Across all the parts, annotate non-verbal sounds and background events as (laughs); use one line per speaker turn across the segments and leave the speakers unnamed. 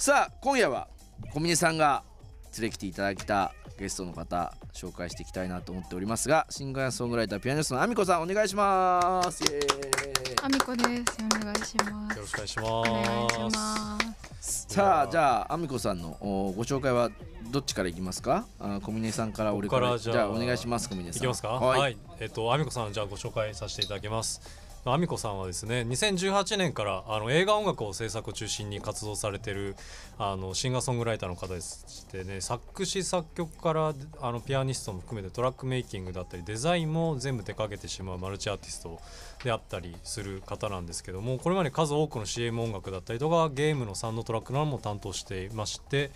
さあ今夜は小峰さんが連れてきていただきたゲストの方紹介していきたいなと思っておりますがシンガーソングライターピアニストのあみこさんお願いしますイエー
あみこです。お願いしま
よろ
す。
しくお願いし
お願い
ます。
します。
イさあじゃああみこさんのおご紹介はどっちからいきますかあ小峰さんから俺
僕か
から
ら
じ
じ
ゃ
ゃ
あ
あ
お願いします小峰さん
いきますか。
はい、
はい。えっと、あみこさん、じゃあご紹介させていただきます。まああみこさんはですね2018年からあの映画音楽を制作を中心に活動されてるあのシンガーソングライターの方でしてね作詞作曲からあのピアニストも含めてトラックメイキングだったりデザインも全部手掛けてしまうマルチアーティストであったりする方なんですけどもこれまで数多くの CM 音楽だったりとかゲームのサウンドトラックなども担当していまして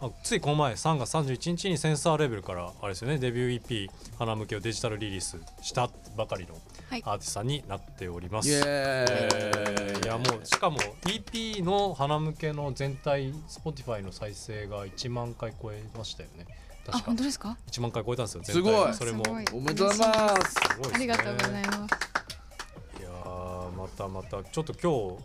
あついこの前3月31日にセンサーレベルからあれですよねデビュー EP「花向け」をデジタルリリースしたばかりの
はい
アーティストさんになっております。
イエ
え
ーイ
ーいやもうしかも EP の花向けの全体 Spotify の再生が1万回超えましたよね
あ、
確か
本当ですか。
1万回超えたんですよ全
す
体
ごい
それも
すごい
おめでとうございます
すごいですね
ありがとうございます。
いやーまたまたちょっと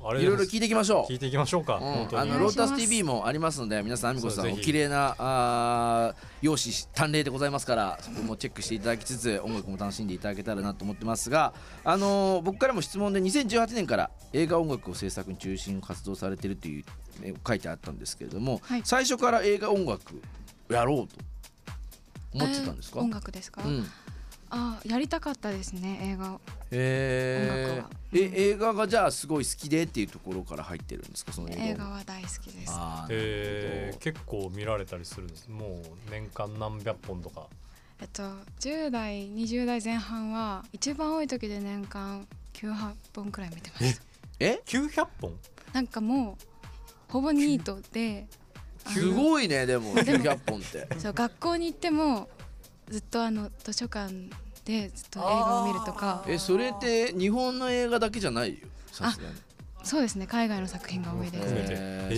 今日あれ
いろいろ聞いていきましょう
聞いていきましょうか、本
うん、
当
あ
に
の
お
ロ
願い
ー
しま
タ
す
ス TV もありますので皆さんあみこさん
そう
お
ぜひ
綺麗なあー容姿端麗でございますからそこもチェックしていただきつつ音楽も楽しんでいただけたらなと思ってますが、あのー僕からも質問で2018年から映画音楽を制作に中心に活動されてるというえー書いてあったんですけれども、
はい
最初から映画音楽やろうと思ってたんですか、
えー音楽ですか。
うん
あ、やりたかったですね。映画。
え
音楽は
ーえ映画がじゃあすごい好きでっていうところから入ってるんですかその映画
映画は大好きです。
あーな
え
るほど
ー結構見られたりするんですもう年間何百本とか
えっと、10代、20代前半は一番多い時で年間9,8本くらい見てました。
え
900本
なんかもうほぼニートで、あの
すごいねでも
(laughs) でも
900本って。
そう学校に行ってもずっとあの図書館でずっと映画を見るとか、
えそれって日本の映画だけじゃないよさすがに
そうですね。海外の作品が多いです
含。めて
え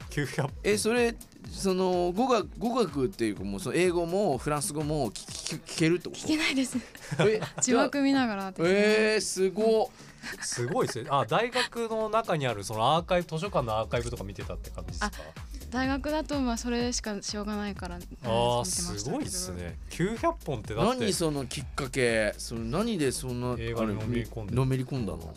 ー
え
そうか
(laughs) ー、900本
えそれその語学語学っていうかもうその英語もフランス語も聞聞聞けるってこ
聞けないです。
とえ
(laughs) 字幕見ながらですね
えー、すご
すごいですねあ大学の中にあるそのアーカイブ図書館のアーカイブとか見てたって感じですか
大学だとまあそれしかしょうがないからあ
あーすごいですね900本って
い
だって
何そのきっかけその何でそんな
映画にのめり込んだ
のめり込んだの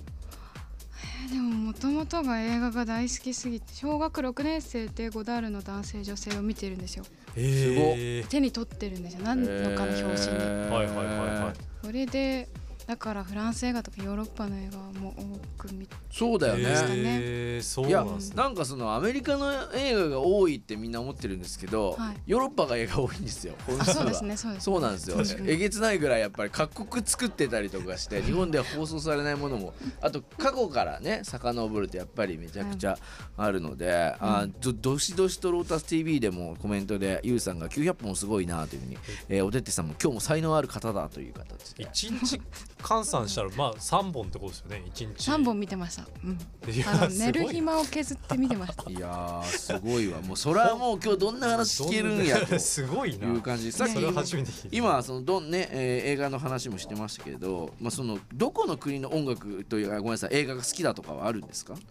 でももともとが映画が大好きすぎて小学6年生でゴダールの男性女性を見てるんですよ
えー
手に取ってるんですよ何のかの表紙に、
えー
はいはいはいはい
それでだからフランス映画とかヨーロッパの映画も多く見て
そうだよね、
したね
えー、そう
いや
なんですね
なんかそのアメリカの映画が多いってみんな思ってるんですけど、
はい
ヨーロッパが映画多いんですよ本
あ
数
そう
は
ですねそうですね
そうなんですよ
確かに
えげつないぐらいやっぱり各国作ってたりとかして日本では放送されないものもあと過去からね遡るとやっぱりめちゃくちゃあるので、あどどしどしとロータス TV でもコメントでゆうさんが900本すごいなというふうに、えーおてってさんも今日も才能ある方だという形で。
一日換算したらまあ3本ってことですよね一日
3本見てました、うん、
いや
あの
すごい
寝る暇を削って見てました
いやーすごいわもうそれはもう今日どんな話聞けるんやと
すごいな
いう感じさっき
それは初めて聞いた
今はそのどんね、えー映画の話もしてましたけれど、まあ、そのどこの国の音楽というかごめんなさい映画が好きだとかはあるんですか
やっ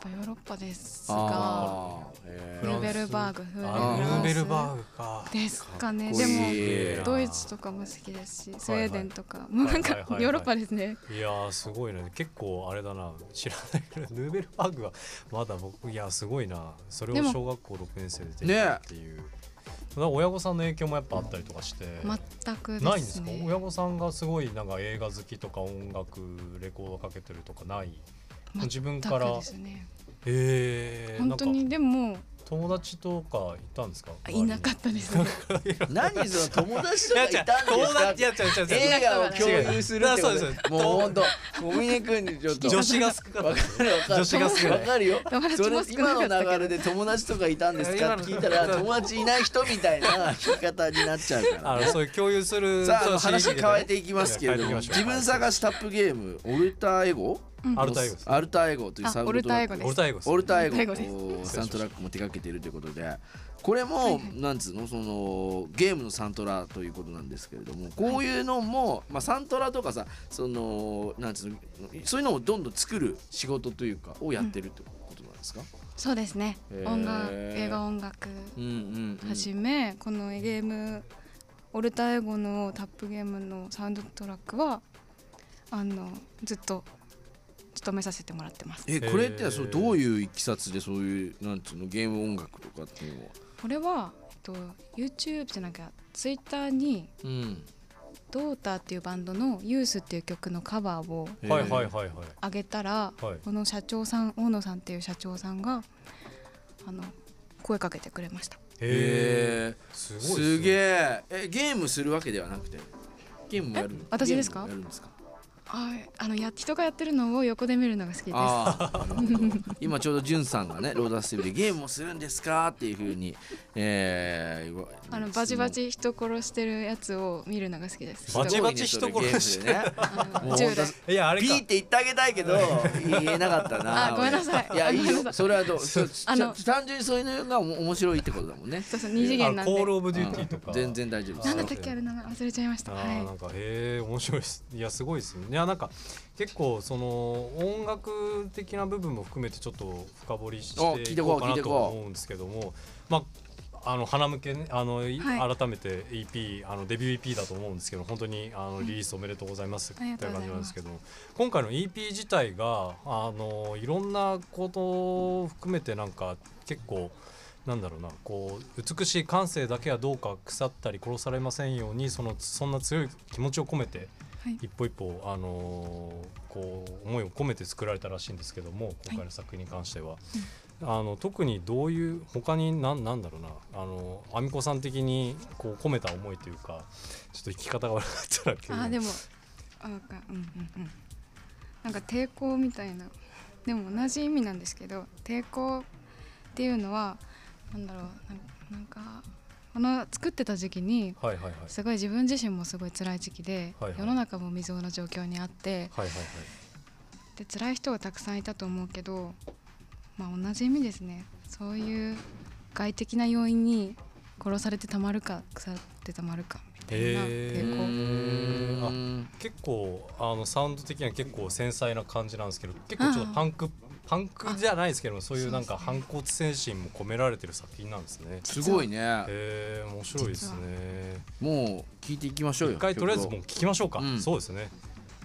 ぱヨーロッパですが
あーへ
ル
ー
ーベルバーグフラン
あ
ス
ルーベルバーグか
ですかね
かっこ
で
いい
も
えー
ドイツとかも好きですしスウェーデンとか、もうなんか
はいはいはいはい
ヨーロッパですね
いやーすごいね結構あれだな知らないけどルーベルバーグはまだ僕いやすごいなそれ
で
を
も
小学校6年生でできたっていう、だから親御さんの影響もやっぱあったりとかして、
全くですね
ないんですか親御さんがすごいなんか映画好きとか音楽レコードかけてるとかない
全く
自分から
ですね
えー、な
本
んか
当にでも
友達とかいたんですか
あいなかったですね
何その友達とか
い
(laughs)
や
い
違う
たんですか
友達いや違う違う違う
映画を共有するってこと
違うそう
ね
です
もう本当小峰君にちょっと
女子が少かっ
わ
た
かるわかる
女子が少ない
わかるよ
友達
それ
も少な
今
かったけど
の流れで友達とかいたんですかって聞いたら友達いない人みたいな聞き方になっちゃうから、ね、
あのそういう共有する
さああ
そう
の話変えて
い
いきますけれども
変えていきま
自
しょう
分探しタップゲームオルターエゴ
うん
アルタエゴです
アルタエゴというサウンドトラック
あ
オルタエゴです
オルターエゴ
オルタエ
おサントラックも手掛けているということでこれもなんつうのそのゲームのサントラということなんですけれどもこういうのもまあサントラとかさそのなんつうのそういうのをどんどん作る仕事というかをやってるってことなんですか
(laughs) そうですね
へー
音楽映画音楽
うんうんうん
はじめ、このゲームオルタエゴのタップゲームのサウンドトラックはあのずっと務めさせてもらってます
えこれってそうどういういきさつでそういうなんつうのゲーム音楽とかっていうのは
これは、えっと、YouTube じゃなきゃ Twitter に
うん
ドータっていうバンドの「ユースっていう曲のカバーを
えー
はいはいはいはい
上げたら、
はい
この社長さん大野さんっていう社長さんがあの声かけてくれました
へえ
へえ
すごいっ
すげ
え
ええゲームするわけではなくてゲームもやる
え私です
ゲ
か
ームもやるんですか
ああのや人がやってるのを横で見るのが好きです
ああなるほど (laughs) 今ちょうどじゅんさんがねローダースティーブでゲームをするんですかっていうふうにえー、
あのバチバチ人殺してるやつを見るのが好きです。
バチバチ人殺
し
して
ね
あ
もう
の銃で。
いやあれ
ピ
か
ーって言ってあげたいけど言えなかったな
あごめんなさい
いやいい
ごめん
よ
なさい
それはどうそ
あの
ちょ単純にそういうのがお面白いってことだもんね
そうそう二次元
あ
なんで。
コールオブ
う
デューティーと
ん
か
全然大丈夫です
なんだったっけあれ名前忘れちゃいました。
あ
は
ー
い
な。んかへえ面白いですいやすごいですよねいやなんか結構その音楽的な部分も含めてちょっと深掘りし
お
て
聞い
い
てこう
こうか
聞い
な
て
と
こう
思うんですけどもまああの花向けねあの、い
はい
改めて EP あのデビュー EP だと思うんですけど本当にあのリリースおめでとうございます
ありがとうござい
なんで
ますす
けど今回の EP 自体があのいろんなことを含めてなんか結構なんだろうなこう美しい感性だけはどうか腐ったり殺されませんようにそのそんな強い気持ちを込めて
はい。
一歩一歩、あのーこう思いを込めて作られたらしいんですけども今回の作品に関しては、あの特にどういう他に何なんだろうなあのアミコさん的にこう込めた思いというかちょっと生き方が悪かったら急
あ
に
ーでもあなんかうんうんうん。なんか抵抗みたいな。でも同じ意味なんですけど抵抗っていうのはなんだろうなんなんかこの作ってた時期に。
はいはいはいはい
すごい自分自身もすごい辛い時期で、
はいはい
世の中も未曾有の状況にあって、
はいはい
で辛い人がたくさんいたと思うけどまあ同じ意味ですねそういう外的な要因に殺されてたまるか腐ってたまるかみたいな
う
へー
抵抗
ーん
結構あのサウンド的には結構繊細な感じなんですけど結構ちょっとパンクパンクじゃないですけどそういうなんか反骨精神も込められてる作品なんですね。
すごいね
へえ面白いですね。
もう聞いていきましょうよ
一回とりあえず
曲
もう
を
聞きましょうか、
うん
そうですね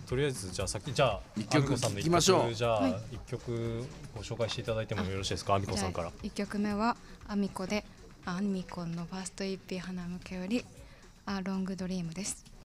とりあえずじゃあ先じゃあ
一曲
アミコさんの
聞きましょう
一曲じゃ
は
あ
い
一曲ご紹介していただいてもよろしいですかアミコさんから
じゃあ1曲目は「アミコで」「アミコのファースト EP 花向けより「アロングドリーム」です